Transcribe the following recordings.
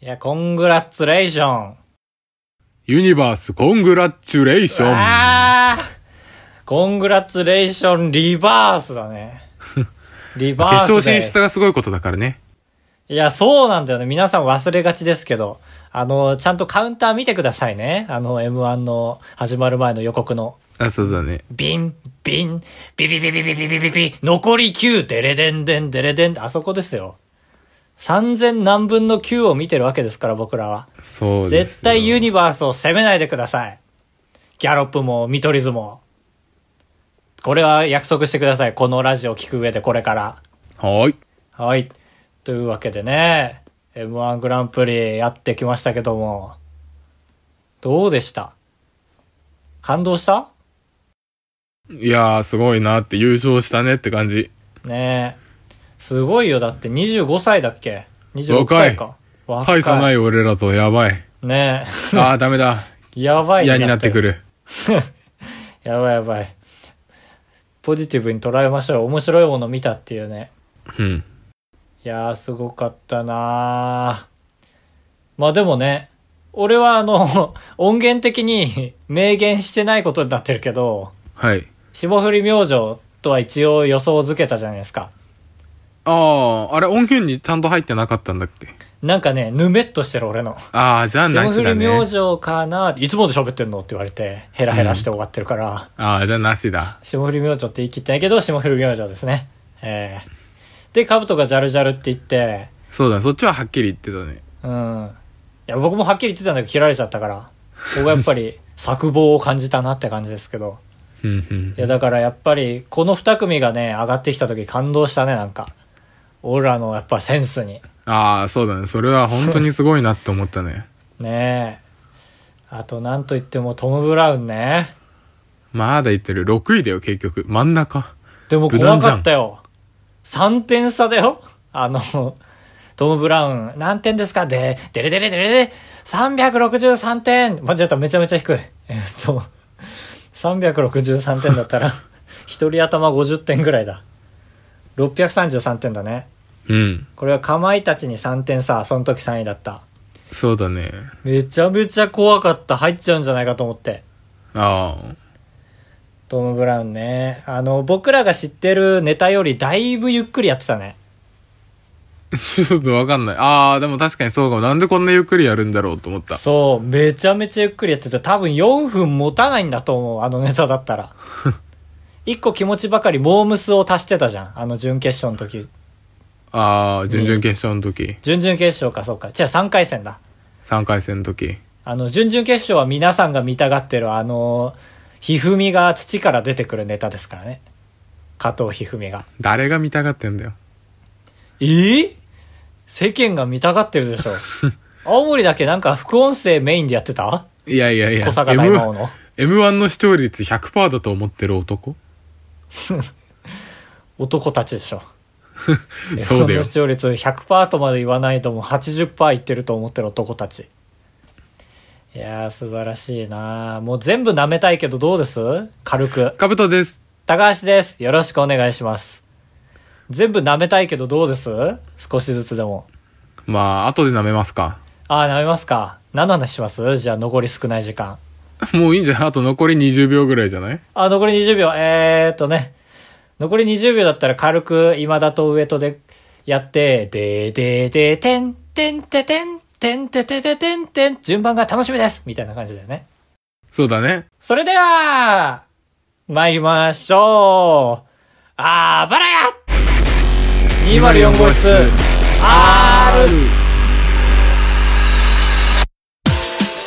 いや、コングラッツレーション。ユニバースコングラッチュレーション。あーコングラッツレーションリバースだ ね。リバース決で。勝進出がすごいことだからね。いや、そうなんだよね。皆さん忘れがちですけど。あの、ちゃんとカウンター見てくださいね。あの、M1 の始まる前の予告の。あ、そうだね。ビン、ビン、ビビビビビビビビビ、残り9、デレデンデン、デレデン、あそこですよ。3000何分の9を見てるわけですから、僕らは。そうですよ。絶対ユニバースを攻めないでください。ギャロップも見取り図も。これは約束してください。このラジオを聞く上でこれから。はーい。はい。というわけでね、M1 グランプリやってきましたけども、どうでした感動したいやー、すごいなって、優勝したねって感じ。ねえ。すごいよ。だって25歳だっけ ?26 歳か。若大差ない俺らと、や ばい。ねあー、ダメだ。え。やばい嫌になってくる。る。やばいやばい。ポジティブに捉えましょう。面白いもの見たっていうね。うん。いやー、すごかったなー。まあでもね、俺はあの、 音源的に 明言してないことになってるけど、はい。霜降り明星とは一応予想づけたじゃないですか。あー、あれ音源にちゃんと入ってなかったんだっけなんかね、ぬめっとしてる俺の。あー、じゃあな霜し降だりね。明星かないつまで喋ってんのって言われて、ヘラヘラして終わってるから、あー、じゃあなしだ。霜降り明星って言い切ってないけど、霜降り明星ですね。えー、で、カブトがジャルジャルって言って、そうだ、そっちははっきり言ってたね。うん。いや、僕もはっきり言ってたんだけど、切られちゃったから。僕はやっぱり、作望を感じたなって感じですけど。うん、うんい。や、だからやっぱり、この二組がね、上がってきた時感動したね、なんか。俺らのやっぱセンスに。ああ、そうだね。それは本当にすごいなって思ったね。ねえ。あと、なんといってもトム・ブラウンね。まだ言ってる。6位だよ、結局。真ん中。でも怖かったよ。3点差だよ。あの、トム・ブラウン、何点ですかで、でれでれでれで、363点間違った、めちゃめちゃ低い。えっと、363点だったら、一人頭50点ぐらいだ。633点だね。うん。これはかまいたちに3点差、その時3位だった。そうだね。めちゃめちゃ怖かった。入っちゃうんじゃないかと思って。あトム・ブラウンね。あの、僕らが知ってるネタよりだいぶゆっくりやってたね。あ。 ちょっとわかんない。ああ、でも確かにそうかも。なんでこんなゆっくりやるんだろうと思った。そう、めちゃめちゃゆっくりやってて、多分4分持たないんだと思う、あのネタだった ら。一個気持ちばかりモームスを足してたじゃん、あの準決勝の時。ああ、準々決勝の時、準々決勝か、そうか。違う、3回戦だ。 3回戦の時。あの、準々決勝は皆さんが見たがってる、あの、ひふみが土から出てくるネタですからね。加藤ひふみが。誰が見たがってんだよ。えー世間が見たがってるで しょ。青森だけなんか副音声メインでやってたいやいやいや。小坂大魔王 M1, の。 M1 の視聴率100%だと思ってる男男たちでしょ。そう F1 だのよ視。聴率100%とまで言わないとも80%いってると思ってる男たち。いやー素晴らしいなーもう全部舐めたいけどどうです軽く。かぶとです。高橋です。よろしくお願いします。全部舐めたいけどどうです少しずつでも。まあ、後で舐めますか。あー舐めますか。何の話しますじゃあ残り少ない時間。もういいんじゃないあと残り20秒ぐらいじゃないあ、残り20秒。えーっとね。残り20秒だったら軽く今田と上とでやって、でーでーでーてんてんててんてんててててんてん順番が楽しみですみたいな感じだよね。そうだね。それでは、参りましょう。あばらや !204 号室 R!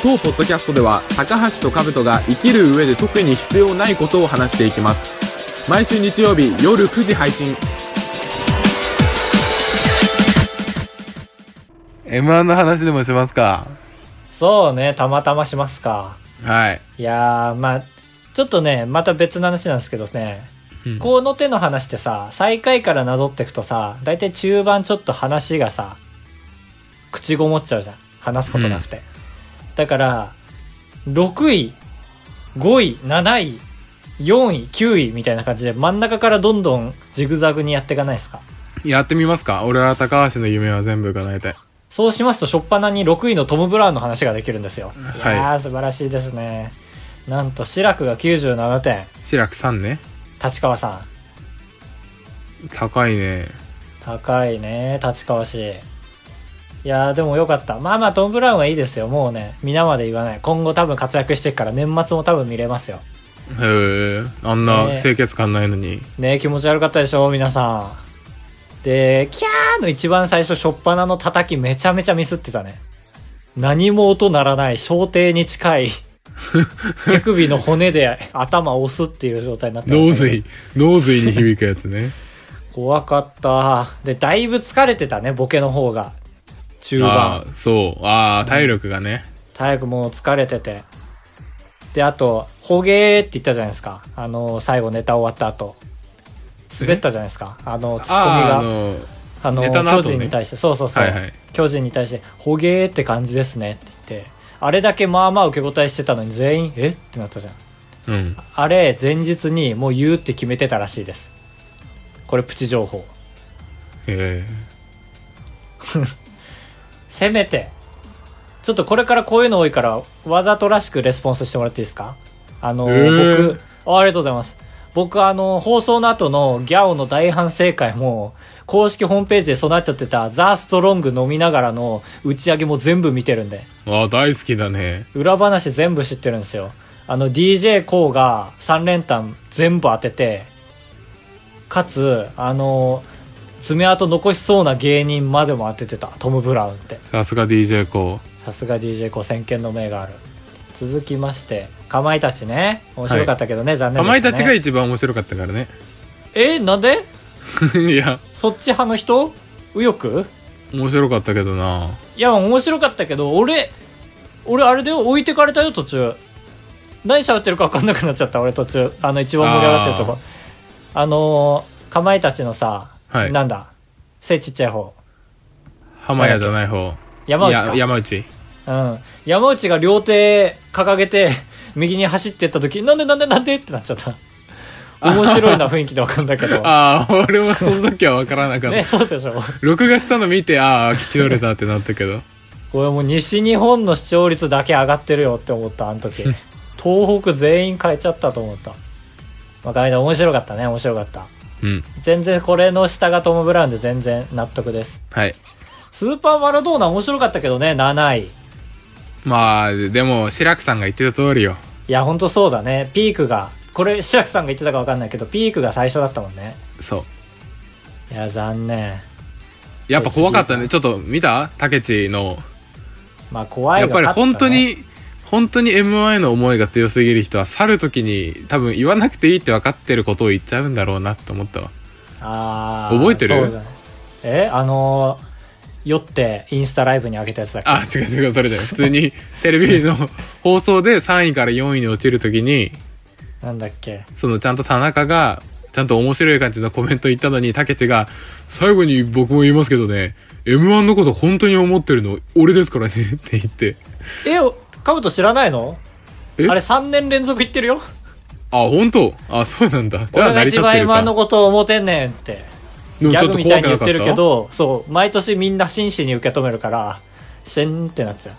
当ポッドキャストでは高橋と兜が生きる上で特に必要ないことを話していきます毎週日曜日夜9時配信 M1 の話でもしますか。そうね、たまたましますか。はい。いやー、まあ、ちょっとね、また別の話なんですけどね、うんこの手の話ってさ、最下位からなぞっていくとさ、大体中盤ちょっと話がさ、口ごもっちゃうじゃん。話すことなくて。だから、6位、5位、7位、4位、9位みたいな感じで真ん中からどんどんジグザグにやっていかないですか。やってみますか俺は高橋の夢は全部叶えたい。そうしますと、初っ端に6位のトム・ブラウンの話ができるんですよ。いはいやー、素晴らしいですね。なんと、シラクが97点、シラクさんね。立川さん。高いね。高いね、立川市。いやー、でもよかった。まあまあ、トム・ブラウンはいいですよ。もうね、皆まで言わない。今後多分活躍していくから、年末も多分見れますよ。へえ。あんな清潔感ないのに。ねえ気持ち悪かったでしょ皆さんでキャーの一番最初初っ端の叩きめちゃめちゃミスってたね何も音鳴らない小艇に近い手首の骨で頭を押すっていう状態になってま脳したね、髄、脳髄に響くやつ ね。怖かったでだいぶ疲れてたねボケの方が中あ盤あ、そう。ああ、体力がね。体育もう疲れててであと「ほげー」って言ったじゃないですかあの最後ネタ終わった後滑ったじゃないですかあのツッコミああ、があの、あの、ネタの後巨ね人に対して、そうそうそう、はいはい巨人に対して、ほげーって感じですねって言って、あれだけまあまあ受け答えしてたのに全員、えってなったじゃん。うん。あれ、前日にもう言うって決めてたらしいです。これプチ情報。へせめて、ちょっとこれからこういうの多いから、わざとらしくレスポンスしてもらっていいですかあの、えー僕あ、ありがとうございます。僕、あの、放送の後のギャオの大反省会も、公式ホームページで備えちゃってたザ・ストロング飲みながらの打ち上げも全部見てるんで、え。ああ、大好きだね。裏話全部知ってるんですよ。あの、d j k o が3連単全部当てて、かつ、あの、爪痕残しそうな芸人までも当ててた、トム・ブラウンって。さすが DJ コさすが d j 5 0 0見の銘がある続きましてかまいたちね面白かったけどね、残ウ。念かでしまいたねたちが一番面白かったからね。えなんで いや、そっち派の人右翼面白かったけどな。いや面白かったけど俺俺あれだよ置いてかれたよ途中何喋ってるか分かんなくなっちゃった俺途中あの一番盛り上がってるとこあのーかまいたちのさ、はいなんだ背ちっちゃい方浜屋じゃない方。山内いかや山内。うん、山内が両手掲げて 右に走ってった時なんでなんでなんでってなっちゃった面白いな雰囲気で分かんだけど ああ、俺もその時は分からなかっねた。そうでしょ録画したの見て、ああ、聞き取れたってなったけど。 これもう西日本の視聴率だけ上がってるよって思ったあの 時東北全員変えちゃったと思ったまあガイド面白かったね面白かったうん。全然これの下がトム・ブラウンで全然納得ですはい。スーパーマラドーナ面白かったけどね7位いまあ、でも、白くさんが言ってた通りよ。やほんとそうだねピークがこれ白木さんが言ってたか分かんないけどピークが最初だったもんねそう。いや残念やっぱ怖かったね。ちょっと見たタケチの。まあ怖いやがっぱり勝たね本当に、本当に MI の思いが強すぎる人は、去る時に多分言わなくていいって分かってることを言っちゃうんだろうなって思ったわ。あー覚えてるそうだねえあのー酔ってインスタライブに上げたやつだっけあ、違う違う、それだよ。普通 にテレビの放送で3位から4位に落ちる時に、なんだっけそのちゃんと田中が、ちゃんと面白い感じのコメント言ったのに、タケチが、最後に僕も言いますけどね、M1 のこと本当に思ってるの、俺ですからね、って言って。えカブト知らないのあえれ3年連続言ってるよあ、本当あ、そうなんだ。じゃあ俺が成り一立っ番てる M1 か。のことを思てんねんってでギもちょャっグとみたいに言っ怖くなかてるけどそう毎年みんな真摯に受け止めるからシェンってなっちゃう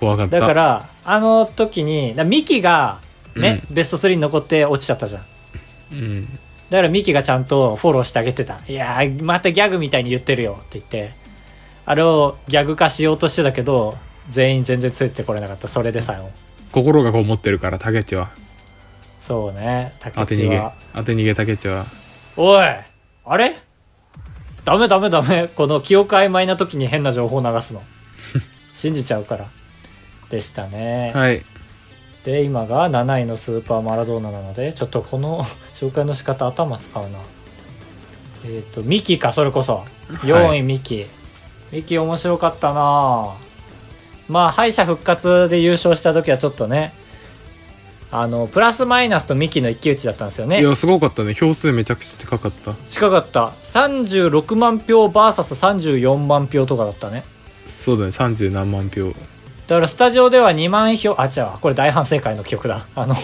怖かった。だからあの時にだミキがね、ベスト3に残って落ちちゃったじゃんうん。だからミキがちゃんとフォローしてあげてた。いやー、またギャグみたいに言ってるよって言って、あれをギャグ化しようとしてたけど、全員全然ついてこれなかった。それでさえも。心がこもってるから、タケチは。そうね、当竹て逃内げは。。当て逃げタケチは。おいあれダメダメダメ。この記憶曖昧な時に変な情報を流す の。信じちゃうから。でしたね。はい。で、今が7位のスーパーマラドーナなので、ちょっとこの 紹介の仕方頭使うな。えっ、と、ミキか、それこそ。4位ミキ。ミキ面白かったなぁまあ、敗者復活で優勝した時はちょっとね、あの、プラスマイナスとミキの一騎打ちだったんですよいね。や、すごかったね。票数めちゃくちゃ近かった。近かった。36万票 VS34 万票とかだったね。そうだね、30何万票。だからスタジオでは2万票、あ、違うわ、これ大反省会の記憶だ。あの、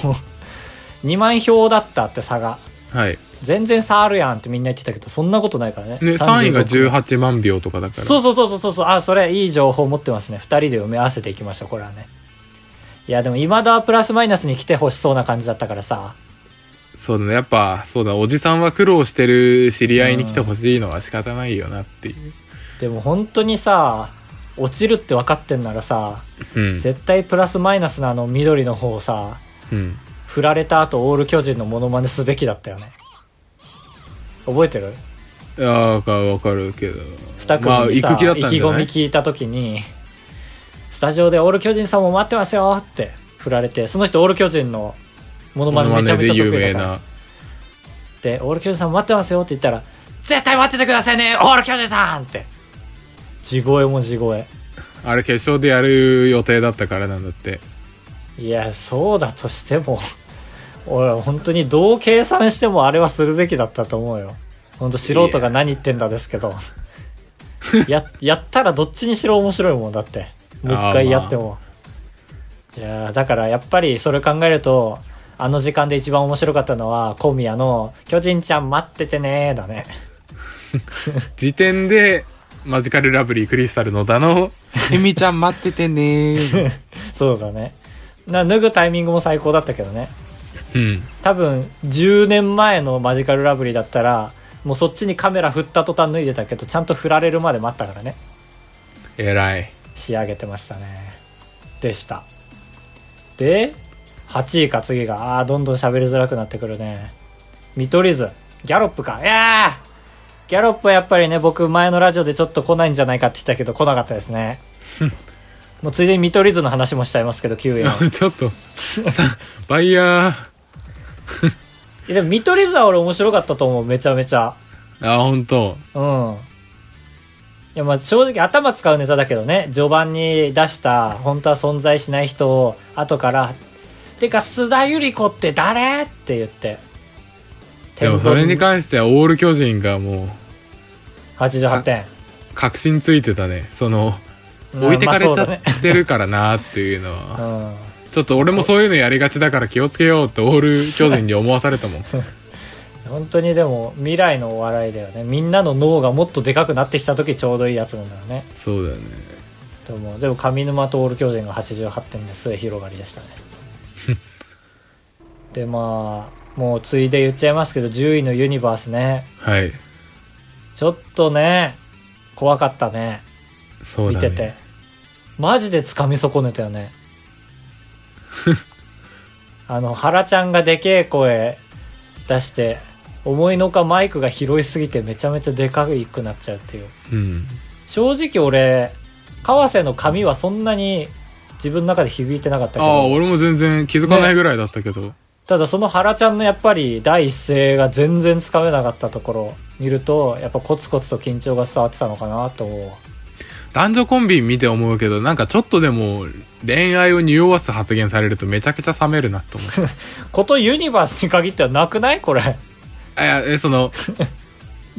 2万票だったって差が。はい。全然差あるやんってみんな言ってたけど、そんなことないからね。ね、3位が35 18万秒とかだから。そうそうそうそうそう。あ、それ、いい情報持ってますね。二人で埋め合わせていきましょう、これはね。いや、でも今田はプラスマイナスに来てほしそうな感じだったからさ。そうだね。やっぱ、そうだ、おじさんは苦労してる知り合いに来てほしいのは仕方ないよなっていう。でも本当にさ、落ちるって分かってんならさ、うん。絶対プラスマイナスのあの緑の方をさ、うん。振られた後オール巨人のモノマネすべきだったよね。覚えてるいやーわかわかるけど。二まあ、組に行さ、く気だっ意たん気じゃ込なみい聞いた時にスタジオで「オール巨人さんも待ってますよ」って振られてその人オール巨人のモノマネめちゃめちゃ得意だから。で「オール巨人さんも待ってますよ」って言ったら「絶対待っててくださいねオール巨人さん!」って地声も地声あれ決勝でやる予定だったからなんだって。いやそうだとしても 俺は本当にどう計算してもあれはするべきだったと思うよ本当素人が何言ってんだですけどややったらどっちにしろ面白いもんだってもう一回やっても、いやーだからやっぱりそれ考えるとあの時間で一番面白かったのは小宮の「巨人ちゃん待っててね」だね時点で、マジカルラブリークリスタルのだの、エミちゃん待っててねー。そうだねな脱ぐタイミングも最高だったけどねうん。多分10年前のマジカルラブリーだったらもうそっちにカメラ振った途端脱いでたけどちゃんと振られるまで待ったからね偉い。 仕上げてましたねでしたで8位か次があーどんどん喋りづらくなってくるね見取り図ギャロップかいやーギャロップはやっぱりね僕前のラジオでちょっと来ないんじゃないかって言ったけど来なかったですねもうついでに見取り図の話もしちゃいますけど9位は ちょっと、バイヤー。いやでも見取り図は俺面白かったと思うめちゃめちゃあ、本当。うん。いや、まあ正直頭使うネタだけどね、序盤に出した、本当は存在しない人を、後から、てか、須田百合子って誰って言って。でもそれに関してはオール巨人がもう88点。確信ついてたね。その、うん置いてかれちまゃあそうだねってるからなっていうのうは。ん。ちょっと俺もそういうのやりがちだから気をつけようってオール巨人に思わされたもん。本当にでも、未来のお笑いだよね。みんなの脳がもっとでかくなってきた時ちょうどいいやつなんだよね。そうだよね。と思うでも上沼とオール巨人が88点で末広がりでした ねでまあもうついで言っちゃいますけど10位のユニバースねはい。ちょっとね怖かったねそう見だね。てて、マジで掴み損ねたよ ねあの原ちゃんがでけえ声出して思いのほかマイクが拾いすぎてめちゃめちゃでかくなっちゃうっていううん。正直俺川瀬の髪はそんなに自分の中で響いてなかったけああ、ど俺も全然気づかないぐらいだったけど。ただその原ちゃんのやっぱり第一声が全然つかめなかったところを見るとやっぱコツコツと緊張が伝わってたのかなと思う男女コンビ見て思うけど、なんかちょっとでも恋愛を匂わす発言されるとめちゃくちゃ冷める なと思って。ことユニバースに限ってはなくないこれあいやえその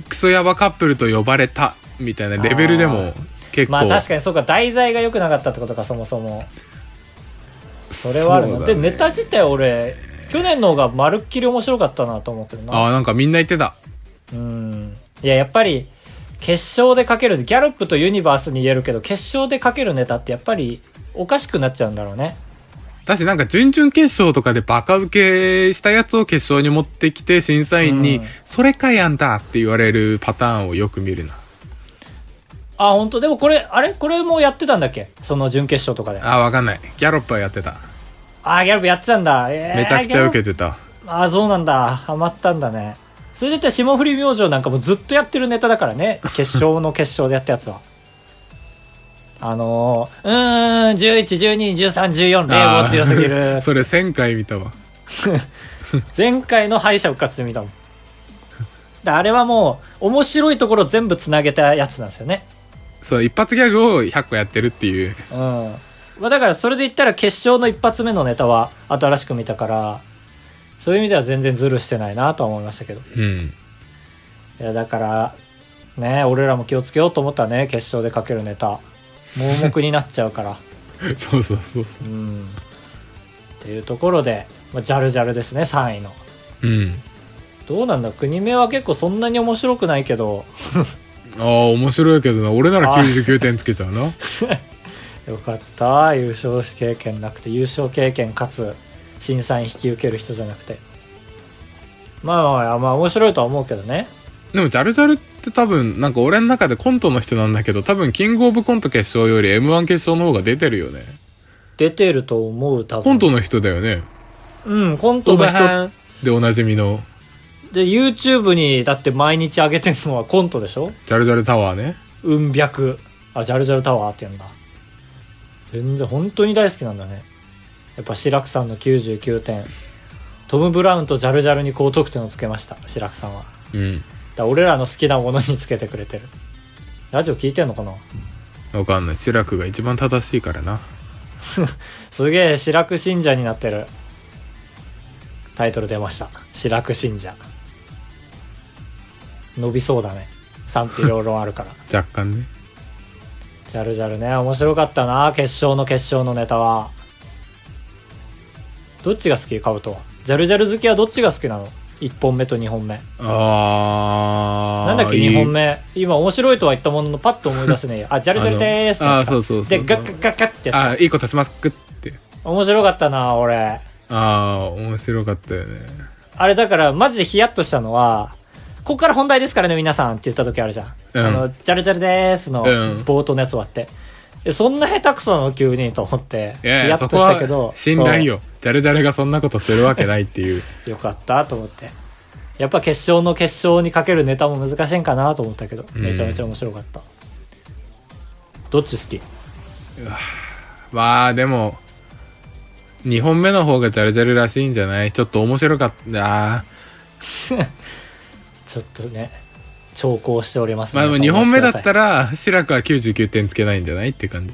クソヤバカップルと呼ばれたみたいなレベルであも結構まあ確かにそうか題材が良くなかったってことかそもそもそれはあるの、そうだでねネタ自体俺去年の方がまるっきり面白かったなと思うけどなああなんかみんな言ってたうんいや、やっぱり、決勝でかける、ギャロップとユニバースに言えるけど、決勝でかけるネタってやっぱり、おかしくなっちゃうんだろうね。だしなんか準々決勝とかでバカ受けしたやつを決勝に持ってきて審査員に、うんそれかやんだって言われるパターンをよく見るなあ、本当でもこれ、あれこれもやってたんだっけその準決勝とかで。ああーわかんないギャロップはやってたー、ギャロップやってたんだ。えー、めちゃくちゃ受けけてた、あー、そうなんだ。ハマったんだね。それで言ったら霜降り明星なんかもずっとやってるネタだからね。決勝の決勝でやったやつは。あのー、うーん、11、12、13、14、冷あ房ー。強すぎるそれ1000回見たわ前回の敗者復活で見たもんだあれはもう面白いところ全部つなげたやつなんですよねそう一発ギャグを100個やってるっていううん、まあ、だからそれで言ったら決勝の一発目のネタは新しく見たからそういう意味では全然ズルしてないなとは思いましたけどうんいやだからね俺らも気をつけようと思ったね決勝でかけるネタ盲目になっちゃうから そうそうそう そうんっていうところで、まあ、ジャルジャルですね3位のううんどうなんだ国名は結構そんなに面白くないけど、ああ面白いけどな俺なら99点つけちゃうな よかった。優勝経験なくて、優勝経験かつ、審査員引き受ける人じゃなくて。まあまあまあ、まあ面白いとは思うけどね。でもジャルジャルって多分なんか俺の中でコントの人なんだけど多分キングオブコント決勝より m 1決勝の方が出てるよね出てると思う、多分。コントの人だよねうん、コントの人。でおなじみので、YouTube に、だって毎日上げてるのはコントでしょジャルジャルタワーねうん百あジャルジャルタワーって言うんだ全然本当に大好きなんだねやっぱ白くさんの99点トム・ブラウンとジャルジャルに高得点をつけました白くさんはだかうんら俺らの好きなものにつけてくれてるラジオ聞いてんのかなわかんない志らくが一番正しいからなすげえ白く信者になってるタイトル出ました白く信者伸びそうだね賛否両論ある から若干ねジャルジャルね、面白かったな、決勝の決勝のネタは。どっちが好きカブトは。ジャルジャル好きはどっちが好きなの ?1 本目と2本目。あーなんだっけ、2本いい目。今、面白いとは言ったものの、パッと思い出せねえや。あ、ジャルジャルでーすってやつかあのあそうそうそうそうで、ガッガッガッガッってやあいい子立ちますくってつ。面白かったな、俺。ああ面白かったよねあれだから、マジでヒヤッとしたのは、ここから本題ですからね、皆さんって言った時あるじゃん。うんあの、ジャルジャルでーすの、うん冒頭のやつ終わって。えそんな下手くそなの急にと思って、ヒいやいヤやッそとこしたけどは。信頼よジャルジャルがそんなことするわけないっていうよかったと思ってやっぱ決勝の決勝にかけるネタも難しいんかなと思ったけどうんめちゃめちゃ面白かった、どっち好き まあでも2本目の方がジャルジャルらしいんじゃないちょっと面白かったあーちょっとね長考しておりますまあでも2本目だっらたら志らくは99点つけないんじゃないって感じ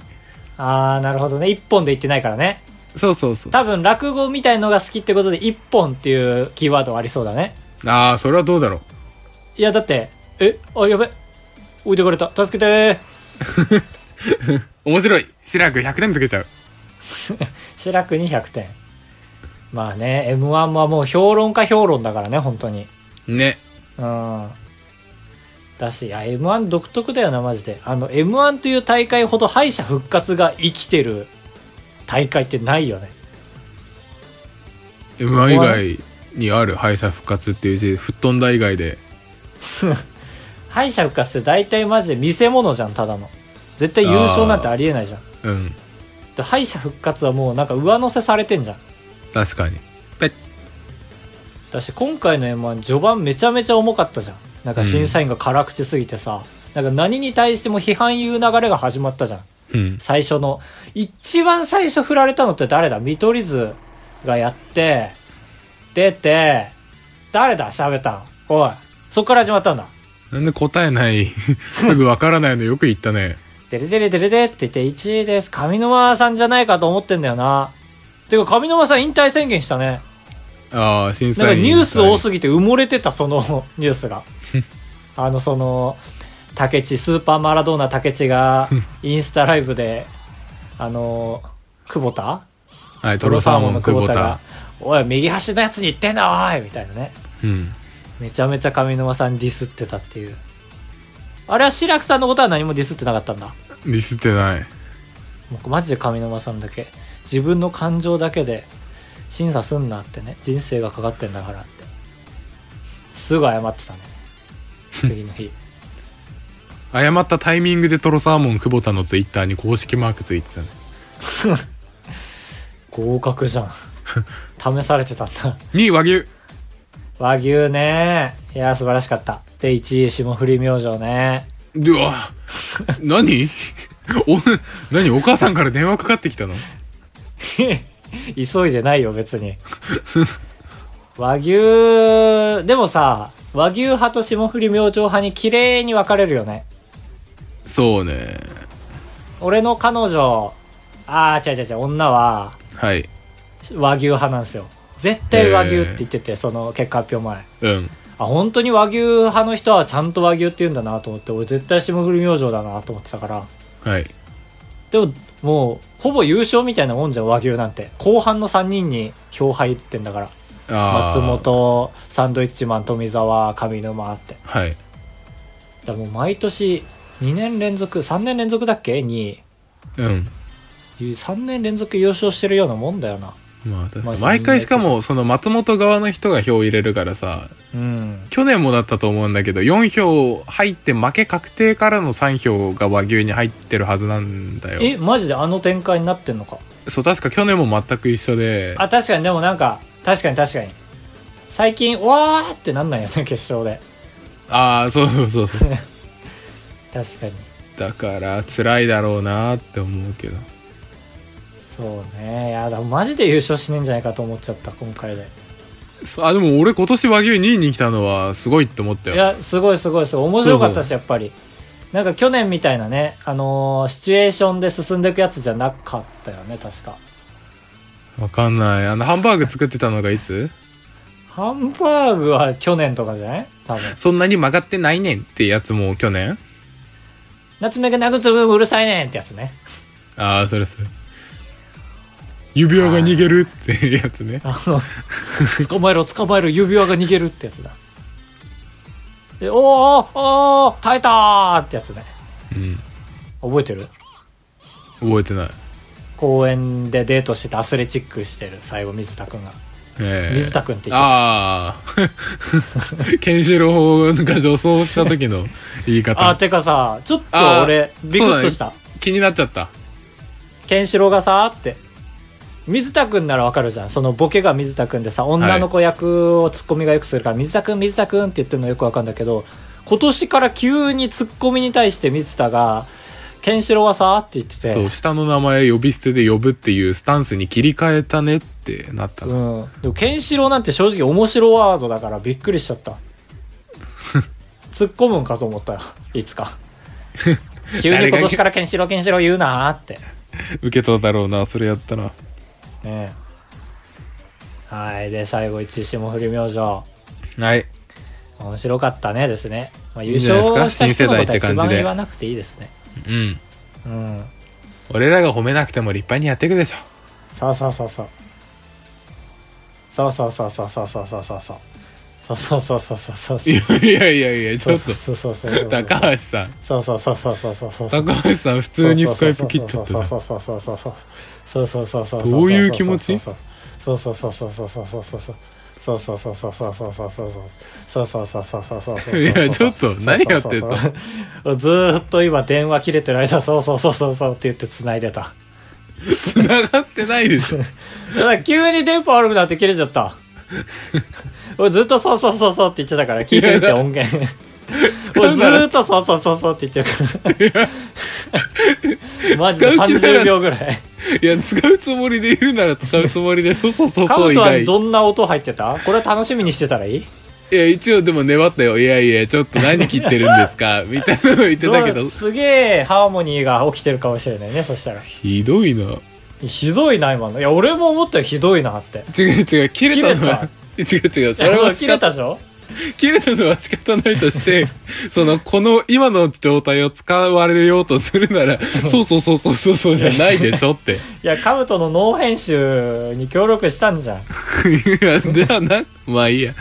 ああなるほどね1本で言ってないからねそうそうそう多分落語みたいのが好きってことで1本っていうキーワードありそうだねああそれはどうだろういやだってえあやべ置いてかれた助けて面白い志らく100点つけちゃう志らくに100点まあね m 1はもう評論家評論だからね本当にねうん。だし、いや、M1 独特だよな、マジで。あの、M1 という大会ほど敗者復活が生きてる大会ってないよね。 m 1以外にある敗者復活っていう字吹っ飛んだ以外で敗者復活って大体マジで見せ物じゃん、ただの。絶対優勝なんてありえないじゃん。うんで敗者復活はもうなんか上乗せされてんじゃん。確かにだし、今回の M1 序盤めちゃめちゃ重かったじゃん。なんか審査員が辛口すぎてさ、なんか何に対しても批判言う流れが始まったじゃん。うん最初の、一番最初振られたのって誰だ見取り図がやって、出て、誰だ喋ったのおい。そっから始まったんだ。なんで答えない すぐわからないのよく言ったねデレデレデレデって言って1位です。上沼さんじゃないかと思ってんだよな。てか上沼さん引退宣言したね。ああ審なん査か員ニュース多すぎて埋もれてた、その ニュースが。あの、その、竹地、スーパーマラドーナ竹地 が、インスタライブで、あの、久保田はトいトロロササーモーモンンのの久久保保田田が、おい、右端のやつに言ってんだ、おいみたいなね。うんめちゃめちゃ上沼さんディスってたっていう。あれは白くさんのことは何もディスってなかったんだ。ミスってないもうマジで上沼さんだけ。自分の感情だけで審査すんなってね。人生がかかってんだからって。すぐ謝ってたね。次の日。 誤ったタイミングでトロサーモン久保田のツイッターに公式マークついてたね合格じゃん。試されてたんだ。 2位和牛和牛ね。いや、素晴らしかった。で、1位、霜降り明星ね。 でうわ何お何お母さんから電話かかってきたの急いでないよ別に和牛でもさ和牛派と霜降り明星派に綺麗に分かれるよねそうね俺の彼女ああ違う違う違う女ははい和牛派なんですよ絶対和牛って言ってて、その結果発表前うんあ本当に和牛派の人はちゃんと和牛って言うんだなと思って俺絶対霜降り明星だなと思ってたからはいでももうほぼ優勝みたいなもんじゃん和牛なんて後半の3人に票入ってんだからあー松本サンドイッチマン富澤上沼ってはいだからもう毎年2年連続3年連続だっけにうん3年連続優勝してるようなもんだよなまあ確かまあに毎回しかもその松本側の人が票を入れるからさうん去年もだったと思うんだけど4票入って負け確定からの3票が和牛に入ってるはずなんだよえマジであの展開になってんのかそう確か去年も全く一緒であ確かにでもなんか確かに確かに最近うわーってなんないよね 決勝でああそうそうそうそう 確かにだから辛いだろうなって思うけどそうねいやだマジで優勝しねえんじゃないかと思っちゃった今回でそうあでも俺今年和牛2位に来たのはすごいって思ったいよやすごいすごいすごい面白かったしやっぱりなんか去年みたいなねあのーシチュエーションで進んでいくやつじゃなかったよね確かわかんないあのハンバーグ作ってたのがいつハンバーグは去年とかじゃない多分 そんなに曲がってないねんってやつも去年夏目が殴つうるさいねんってやつねああそれそれ指輪が逃げるってやつねあの捕まえろ捕まえろ指輪が逃げるってやつだでおーおーおー耐えたーってやつねうん覚えてる覚えてない公園でデートしててアスレチックしてる最後水田くんがええ水田くんって言っちゃっああ ケンシロウが女装した時の言いたあー方てかさちょっとあ俺ービクッとした、気になっちゃったケンシロウがさーって水田くんならわかるじゃんそのボケが水田くんでさ女の子役をツッコミがよくするから、水田くん水田くんって言ってるのよくわかるんだけど今年から急にツッコミに対して水田がケンシロウはさーって言っててそう下の名前呼び捨てで呼ぶっていうスタンスに切り替えたねってなったのうん、でもケンシロウなんて正直面白ワードだからびっくりしちゃった突っ込むんかと思ったよいつか急に今年からケンシロウケンシロウ言うなーって受け取っただろうなそれやったらねえはいで最後一位霜降り明星はい面白かったねですね、まあ、い優んじゃないですか勝した人のことは新世代って一感じで番言わなくていいですねうんうん俺らが褒めなくても立派にやっていくでしょそうそうそうそうそうそうそうそうそうそうそうそうそうそうそうそうそうそういやいやいやいやちょっとそうそうそうそうそう高橋さんそうそうそうそうそうそうそう高橋さん普通にスカイプ切っちゃったじゃんそうそうそうそうそうそうそうそうそうそうどういう気持ちそうそうそうそうそうそうそうそうそうそうそうそうそうそうそうそうそうそうそうそうそうそうそういやちょっと何やってんののずーっと今電話切れてる間そうそうそうそうそうって言って繋いでた繋がってないでしょだから急に電波悪くなって切れちゃった俺ずっとそうそうそうそうって言ってたから聞いてみいてや音源俺ずーっとそうそうそうそうって言ってるからマジで使う気ない30秒ぐらいいや使うつもりでいるなら使うつもりでそうそうそうカそブう以トは外どんな音入ってたこれは楽しみにしてたらいいいや一応でも粘ったよいやいやちょっと何切ってるんですかみたいなの言ってたけどどうすげえハーモニーが起きてるかもしれないねそしたらひどいなひどいな今のいや俺も思ったよひどいなって違う違う切れたのは 違う違うそれは切れたでしょ切れたのは仕方ないと して、その、この今の状態を使われようとするな ら、そうそうそうそうそうそうじゃないでしょ って。いやカブトの脳編集に協力したんじゃんいや、じゃあな、まあいいや。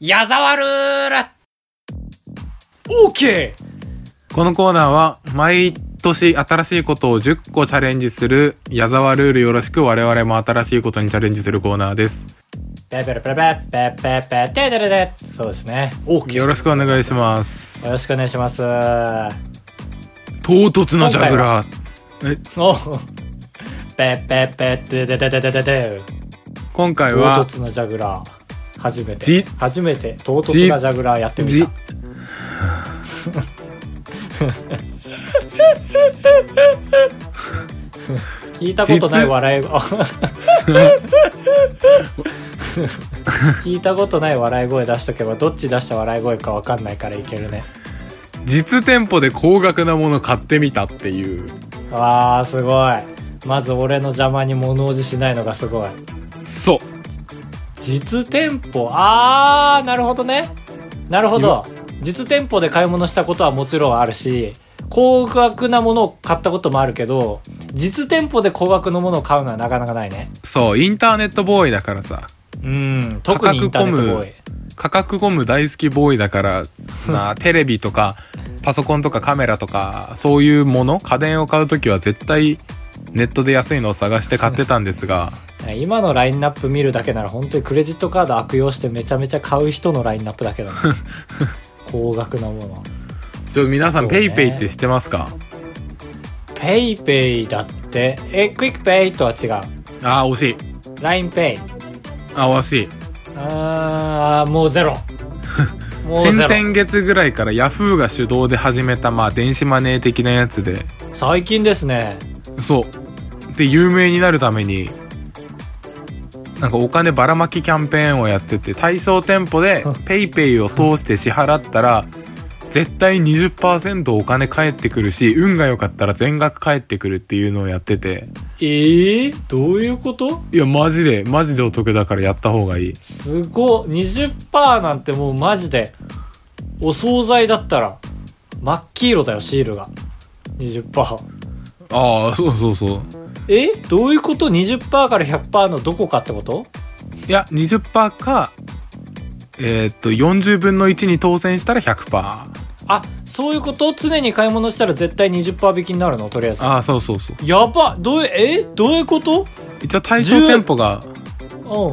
矢沢ルールオーケーこのコーナーは、毎年新しいことを10個チャレンジする、矢沢ルールよろしく我々も新しいことにチャレンジするコーナーです。ペペペペペペペペテデレデそうですねオーケーよろしくお願いします。よろしくお願いします唐突なジャグラー。おペペペテデデデデデデ今回唐は、突なジャグラー初めてじ初めて唐突なジャグラーやってみたじ聞いたことない笑い声 聞いたことない笑い声出しとけばどっち出した笑い声か分かんないからいけるね実店舗で高額なもの買ってみたっていう。わあすごいまず俺の邪魔に物おじしないのがすごいそう。実店舗あーなるほどねなるほど実店舗で買い物したことはもちろんあるし高額なものを買ったこともあるけど実店舗で高額のものを買うのはなかなかないね。そう、インターネットボーイだからさ。うん。特にインターネットボーイ。価格ゴム大好きボーイだから、 な、テレビとか、パソコンとかカメラとか、そういうもの、家電を買うときは絶対、ネットで安いのを探して買ってたんですが、今のラインナップ見るだけなら本当にクレジットカード悪用してめちゃめちゃ買う人のラインナップだけどね。高額なもの。ちょ、皆さん、そうペねイペイって知ってますかペイペイだって、え、クイックペイとは違う。ああ、惜しい。 LINEPay。あー惜しい。あー、もうゼ ロ。もう先ゼロ。々月ぐらいからヤフーが主導で始めた、まあ、電子マネー的なやつで、最近ですね。そう。で、有名になるために、なんかお金ばらまきキャンペーンをやってて、対象店舗で PayPay を通して支払ったら、絶対20%お金返ってくるし、運が良かったら全額返ってくるっていうのをやってて、えー、どういうこといや、マジで、マジでお得だからやった方がいい。すごい。20%なんてもうマジで、お惣菜だったら、真っ黄色だよ、シールが。20%。ああ、そうそうそう。えどういうこと ?20% から100%のどこかってこといや、20%か、えーっと、40分の1に当選したら100%。ああ、そういうこと常に買い物したら絶対20%引きになるのとりあえず。あー、そうそうそう。やばどういう、えどういうこと一応対象店舗がう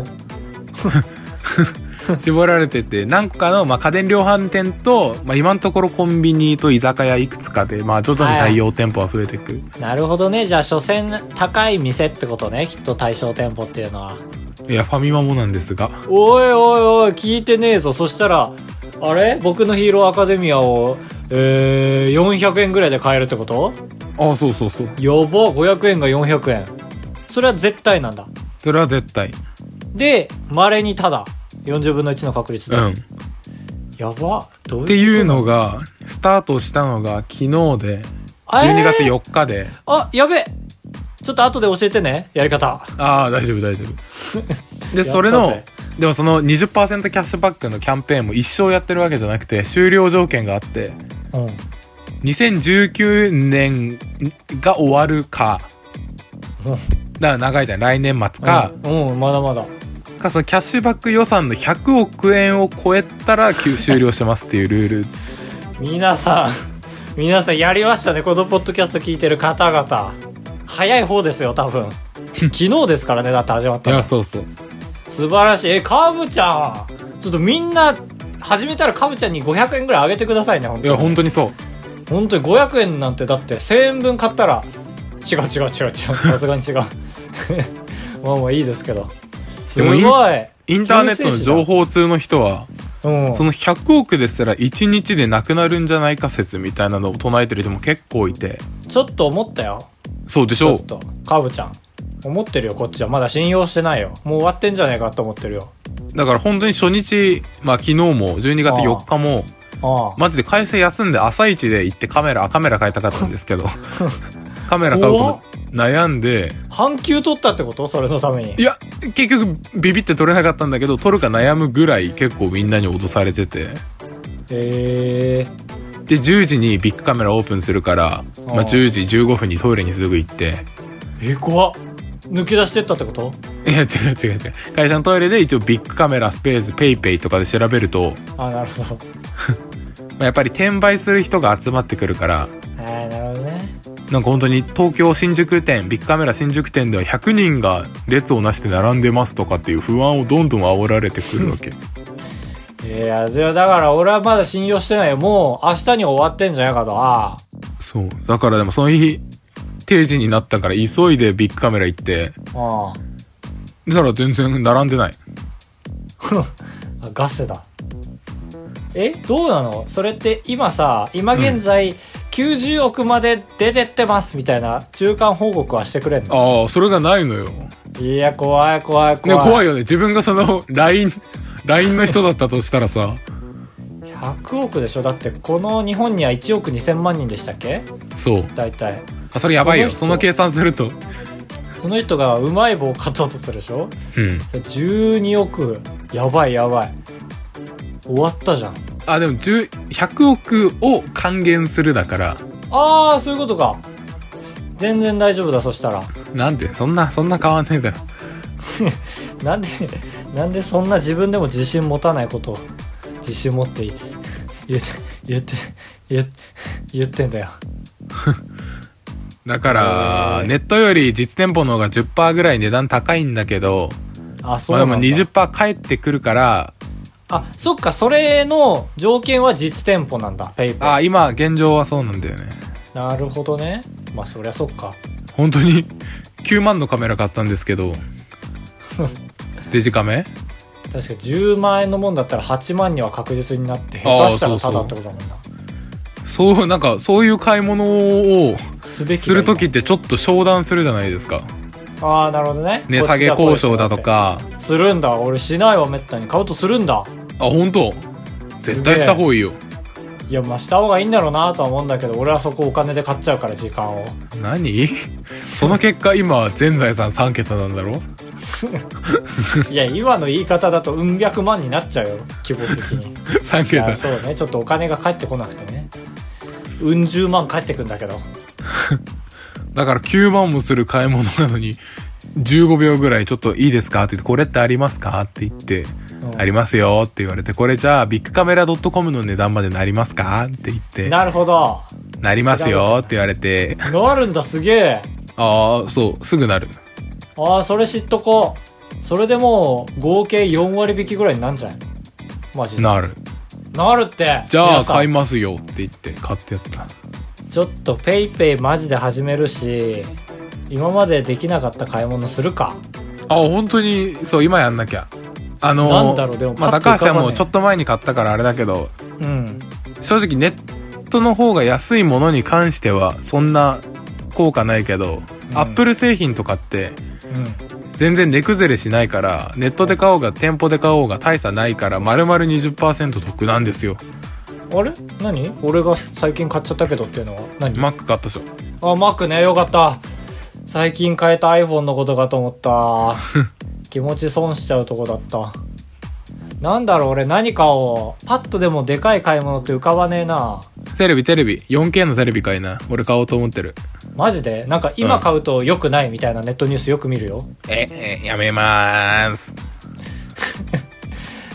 ん。絞られてて何個かの、まあ、家電量販店と、まあ、今のところコンビニと居酒屋いくつかで、まあ、徐々に対応店舗は増えていく、なるほどね。じゃあ、所詮高い店ってことね。きっと対象店舗っていうのは。い、やファミマもなんですがおいおいおい、聞いてねえぞ。そしたら、あれ僕のヒーローアカデミアを、えー、400円ぐらいで買えるってことああそうそうそうやば、500円が400円。それは絶対なんだ。それは絶対で、稀にただ。40分の1の確率うで。んっやば。どういうことていうのがスタートしたのが昨日で12月えー4日で、あ、やべちょっと後で教えてね。やり方。ああ大丈夫大丈夫 でそれやっのたぜでもその20%キャッシュバックのキャンペーンも一生やってるわけじゃなくて終了条件があってうん。 2019年が終わるか、うんだから長いじゃん来年末か、うん、うんまだまだ。かそのキャッシュバック予算の100億円を超えたらきゅ終了してますっていうルール皆さん、皆さん やりましたね。このポッドキャスト聞いてる方々。早い方ですよ、多 分。昨日ですからね、だって始まったの。そうそう素晴らしい。え、カブちゃん。ちょっとみんな、始めたらカブちゃんに500円ぐらいあげてくださいね、本い当やに。本当にそう本当に500円なんて、だって1000円分買ったら、違う違う違う違う、さすがに違う。 まあまあいいですけど。すごい。でインターネットの情報通の人はうん、その100億ですら1日でなくなるんじゃないか説みたいなのを唱えてる人も結構いてちょっと思ったよ。そうでしちょょっと。カブちゃん。思ってるよ、こっちは。まだ信用してないよ。もう終わってんじゃねえかと思ってるよ。だから本当に初日、まあ、昨日も12月4日もああ。マジで会社休んで朝一で行ってカメラ、あカメラ買いたかったんです けど、カメラ買うこと悩んで、半球取ったってことそれのためにい。や、結局ビビって撮れなかったんだけど、撮るか悩むぐらい結構みんなに脅されてて、ええで、10時にビッグカメラオープンするから、まあ、あー10時15分にトイレにすぐ行って、え、怖っ。抜け出してったってこといや、違う違う違う。会社のトイレで一応ビッグカメラスペースペイペイとかで調べると、ああ、なるほど。まあやっぱり転売する人が集まってくるから、ああ、なるほどね。なんか本当に東京新宿店ビッグカメラ新宿店では100人が列をなして並んでますとかっていう不安をどんどん煽られてくるわけいや、それはだから俺はまだ信用してないよ。もう明日に終わってんじゃないかと。ああ。そうだからでもその日定時になったから急いでビッグカメラ行ってああ。 そしたら全然並んでないあガセだえどうなのそれって今さ今現在90億まで出てってますみたいな中間報告はしてくれんの、ああそれがないのよ、ね、いや怖い怖い怖い,、怖いよね自分がその LINE LINE の人だったとしたらさ100億でしょだってこの日本には1億2000万人でしたっけそう大体あそれやばいよその人その計算するとその人がうまい棒を買ったとするでしょうんで12億やばいやばい終わったじゃんあでも10 100億を還元するだからああそういうことか全然大丈夫だ、そしたら。なんでそんなそんな変わんねえだろなんで、なんでそんな自分でも自信持たないことを、自信持ってい言って、言って、言って、言ってんだよ。だからネットより実店舗の方が10%ぐらい値段高いんだけどあ、そまうあなでんだ。も20%返ってくるからあ、そっか、それの条件は実店舗なんだ、ペイペイ。あ今現状はそうなんだよねなるほどね。まあ、そりゃそっか。本当に 9万のカメラ買ったんですけ どデジカメ確か10万円のもんだったら8万には確実になって、あ下ー手したらたそうだそうってことだもんな。そうなんかそういう買い物をすべきだする時ってちょっと商談するじゃないですか今ああ、なるほどね。値こっ下ちげだ交渉だと。こかっちだってするんだ。俺しないわ、めったに。買うとするんだ。あ本当絶対した方がいいよいや、まあ、した方がいいんだろうなとは思うんだけど、俺はそこお金で買っちゃうから、時間 を。何その結果今全財産3桁なんだろいや、今の言い方だと、うん、百万になっちゃうよ。規模的 に。 3いや、桁そうね。ちょっとお金が返ってこなくてね。うん、十万返ってくんだけど。だから9万もする買い物なのに15秒ぐらいちょっといいですかって言ってこれってありますかって言ってうんありますよって言われてこれじゃあビッグカメラ .com の値段までなりますかって言ってなるほど。なりますよって言われてなるんだ、すげえ。ああそうすぐなるああ、それ知っとこう。それでもう、合計4割引きぐらいになんじゃん。マジで。ななるるって。じゃ皆あさん買いますよって言って買ってやったちょっとペイペイマジで始めるし、今までできなかった買い物するか。あ本当にそう今やんなきゃあのなんだろうでもまあ、パッと浮かば高橋はねもうちょっと前に買ったからあれだけどうん。正直ネットの方が安いものに関してはそんな効果ないけど、んアップル製品とかってうん。全然値崩れしないからネットで買おうが店舗で買おうが大差ないから丸々20%得なんですよあれ何俺が最近買っちゃったけどっていうのは何、マック買ったでしょあ、マックね、よかった。最近変えた iPhone のことかと思 った。気持ち損しちゃうとこだった。なんだろう、俺何かを、パッとでもでかい買い物って浮かばねえな。テレビテレビ 4K のテレビ買いな俺買おうと思ってるマジでなんか今買うと良くないみたいなネットニュースよく見るよ。ええやめまーす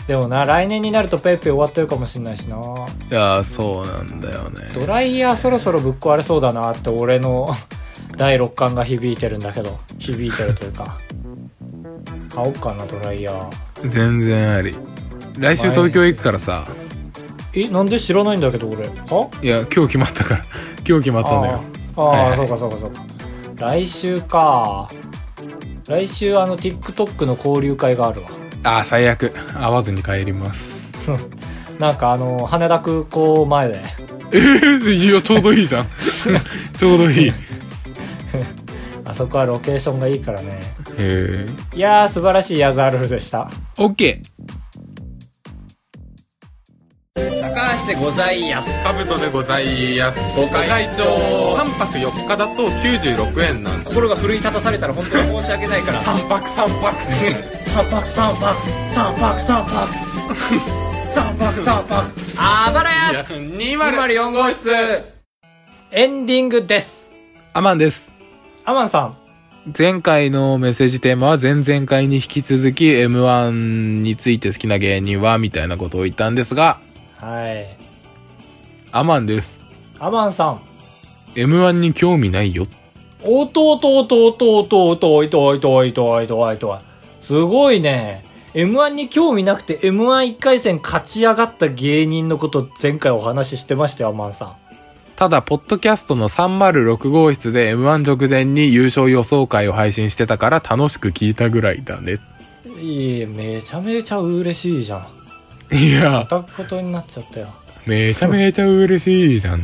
でもな、来年になるとペイペイ終わってるかもしんないしな。いやーそうなんだよねドライヤーそろそろぶっ壊れそうだなって俺の 第六感が響いてるんだけど、響いてるという か。買おうかな、ドライヤー。全然あり来週東京行くからさえ、なんで知らないんだけど俺。はいや今日決まったから今日決まったんだよあーあー、はいはいそうかそうかそうか来週か来週あの TikTok の交流会があるわああ最悪会わずに帰りますなんかあの羽田空港前でえー、いやちょうどいいじゃんちょうどいいへあそこはロケーションがいいからねえいやー素晴らしいヤズアルフでしたオッケ高橋でございやす。カブトでございやす。ご会長3泊4日だと96円なんで心が奮い立たされたら本当に申し訳ないから3泊3泊3泊3泊3泊3泊3泊3泊ー204号室エンディングですアマンですアマンさん前回のメッセージテーマは前々回に引き続き M1 について好きな芸人はみたいなことを言ったんですがはいアマンですアマンさん M1 に興味ないよおとおとおとおとおとおとおいとおいとおいとおいとおいとおいすごいね。M1 に興味なくて M11 回戦勝ち上がった芸人のこと前回お話ししてましたよ、アマンさん。ただ、ポッドキャストの306号室で M1 直前に優勝予想会を配信してたから楽しく聞いたぐらいだね。いえ、めちゃめちゃ嬉しいじゃん。いや、たことになっちゃったよ。めちゃめちゃ嬉しいじゃ ん。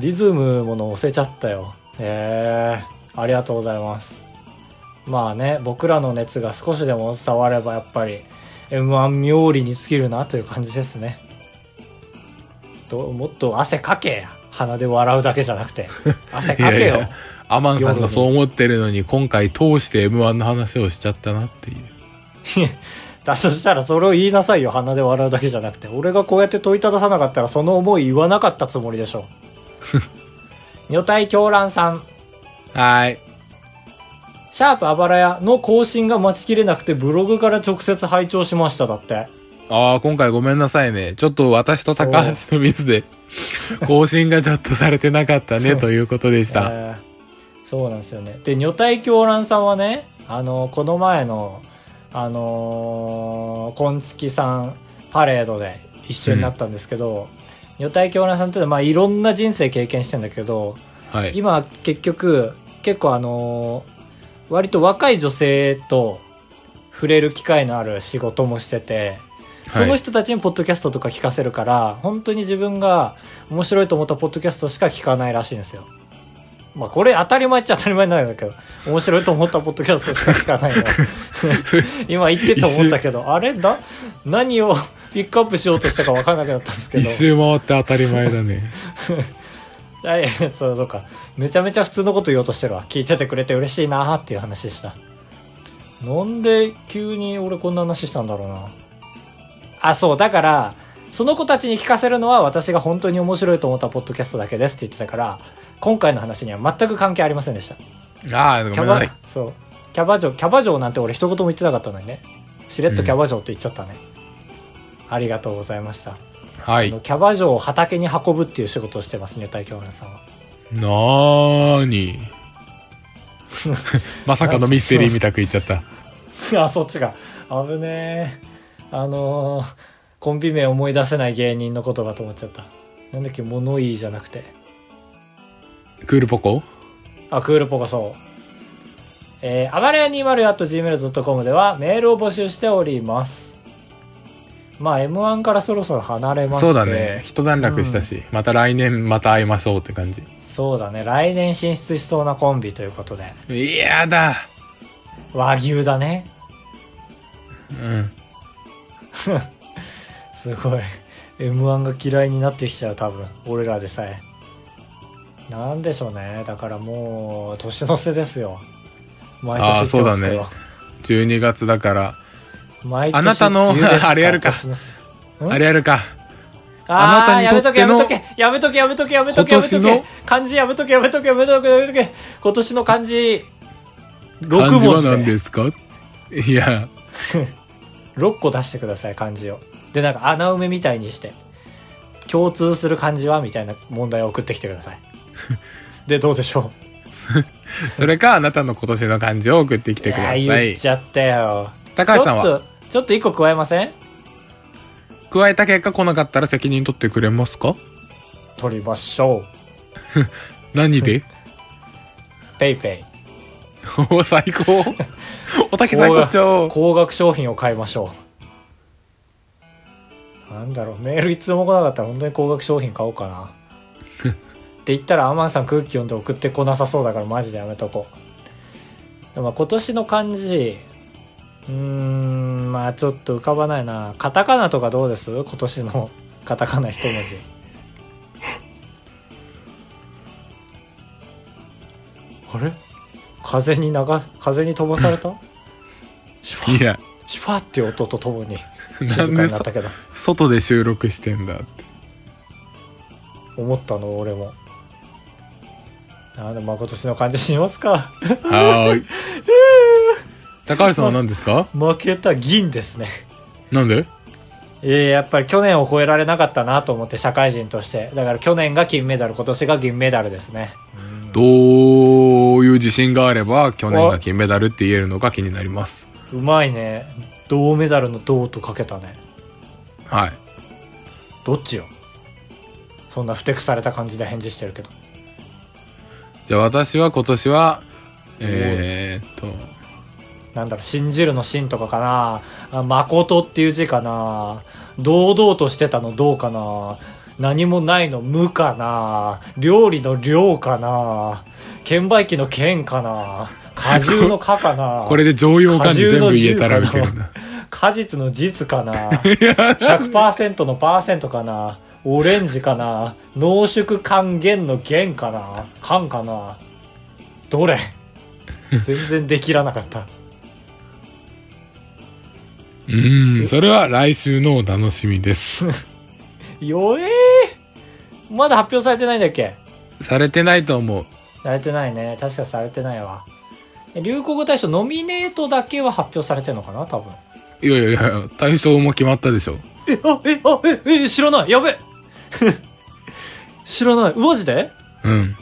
リズムも乗せちゃったよ。へえ、ありがとうございます。まあね、僕らの熱が少しでも伝わればやっぱり M1 妙利に尽きるなという感じですね。どうもっと汗かけや。鼻で笑うだけじゃなく て。汗いかやけいよ。や、アマンさんがそう思ってるのに今回通して M1 の話をしちゃったなっていう。だとしたらそれを言いなさいよ。鼻で笑うだけじゃな くて。俺がこうやって問いたださなかったらその思い言わなかったつもりでしょ。女体狂乱さん。はい。シャープあばらやの更新が待ちきれなくてブログから直接拝聴しましただって。ああ、今回ごめんなさいね。ちょっと私と高橋のミスで、更新がちょっとされてなかったね、ということでした。えーそうなんですよね。で、女体狂乱さんはね、あの、この前の、あのー、こんつきさんパレードで一緒になったんですけど、女体狂乱さんっていうのは、まあ、いろんな人生経験してんだけど、はい。今結局結構あのー割と若い女性と触れる機会のある仕事もしてて、その人たちにポッドキャストとか聞かせるから本当に自分が面白いと思ったポッドキャストしか聞かないらしいんですよ。まあこれ当たり前っちゃ当たり前なんだけど、面白いと思ったポッドキャストしか聞かないの。今言ってて思ったけど、あれだ何をピックアップしようとしたか分かんなくなったんですけど。一周回って当たり前だね。あいや そうそうかめちゃめちゃ普通のこと言おうとしてるわ聞いててくれて嬉しいなーっていう話でしたなんで急に俺こんな話したんだろうなあそうだからその子たちに聞かせるのは私が本当に面白いと思ったポッドキャストだけですって言ってたから今回の話には全く関係ありませんでした ああ、ごめキャんなさバい。そうキャバ嬢キャバ嬢なんて俺一言も言ってなかったのにねしれっとキャバ嬢って言っちゃったね、ありがとうございました、はあのい。キャバ嬢を畑に運ぶっていう仕事をしてますね大京村さんはな ーに。まさかのミステリーみたく言っちゃった。 あ、そっちが。危ねえ。あのーコンビ名思い出せない芸人のことかと思っちゃった。なんだっけ、物言いじゃなくて。クールポコあ、クールポコそう。えー、あばれや 204.gmail.com ではメールを募集しております。まあ、M1 からそろそろ離れまして。そうだね。。一段落したし、また来年また会いましょうって感じ。そうだね。来年進出しそうなコンビということで。いやだ。和牛だね。うん。すごい M1 が嫌いになってきちゃう多分俺らでさえなんでしょうねだからもう年の瀬ですよ毎年言ってますけど、あーそうだね12月だから、毎年あなたの梅雨ですあれやるか年の瀬んあれやるか。ああーなたにとってのやめとけやめとけやめとけやめとけやめとけ今年の漢字やめとけやめとけやめとけやめとけ今年の漢字漢6字文は字何でですかいや、 6個出してください漢字をでなんか穴埋めみたいにして共通する漢字はみたいな問題を送ってきてくだ さいでどうでしょうそれかあなたの今年の漢字を送ってきてくださいや言いっ。ちゃったよ高橋さんちょはっとちょっと一個加えません加えた結果来なかったら責任取ってくれますか取りましょ何でうペイペイ お最高。 おたけ最高潮。高額商品を買いましょうなんだろうメールいつも来なかったら本当に高額商品買おうか なって言ったらアマンさん空気読んで送ってこなさそうだからマジでやめとこうでもまあ今年の漢字うーんまあちょっと浮かばないなカタカナとかどうです今年の カタカナ一文字あれ風に流風に飛ばさ れたシュワッいや、シュワっていう音とともに な静んかでになっそたけど外で収録してんだって。思ったの俺もあでもまあ今年の感じしますか はーい。 高橋さんは何ですか負けた銀ですねなんでいややっぱり去年を超えられなかったなと思って社会人としてだから去年が金メダル今年が銀メダルですねどういう自信があれば去年が金メダルって言えるのか気になります。うまいね銅メダルの銅とかけたねはい。どっちよそんなふてくされた感じで返事してるけどじゃあ私は今年は、えー、っと、なんだろう、信じるの信とかかなあ誠っていう字かな堂々としてたのどうかな何もないの無かな料理の量かな券売機の券かな果汁の果かなこれで常用漢字全部言えたらウケ果る汁な。果実の実か な100%のパーセントかなオレンジかな濃縮還元の元かな缶かなどれ全然できらなかったうん、それは来週のお 楽しみです。よえーまだ発表されてないんだっけされてないと思う。されてないね。確かされてないわ。流行語大賞ノミネートだけは発表されてるのかな多分。いやいやいや、対象も決まったでしょ。え、あ、え、あ、え、え、知らない。やべえ。 知らない。マジでうん。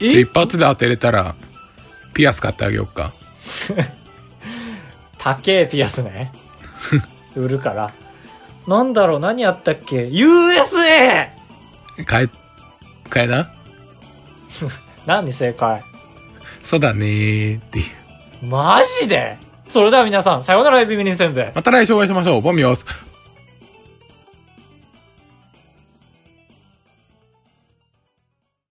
じゃあえ一発で当てれたら、ピアス買ってあげよっか。高えピアスね。 売るから。なんだろう、何やったっけ ?USA! 買え、買えな何正解そうだねーっていう。マジでそれでは皆さん、さようならエビミニせんべい。また来週お会いしましょう。ボミオス。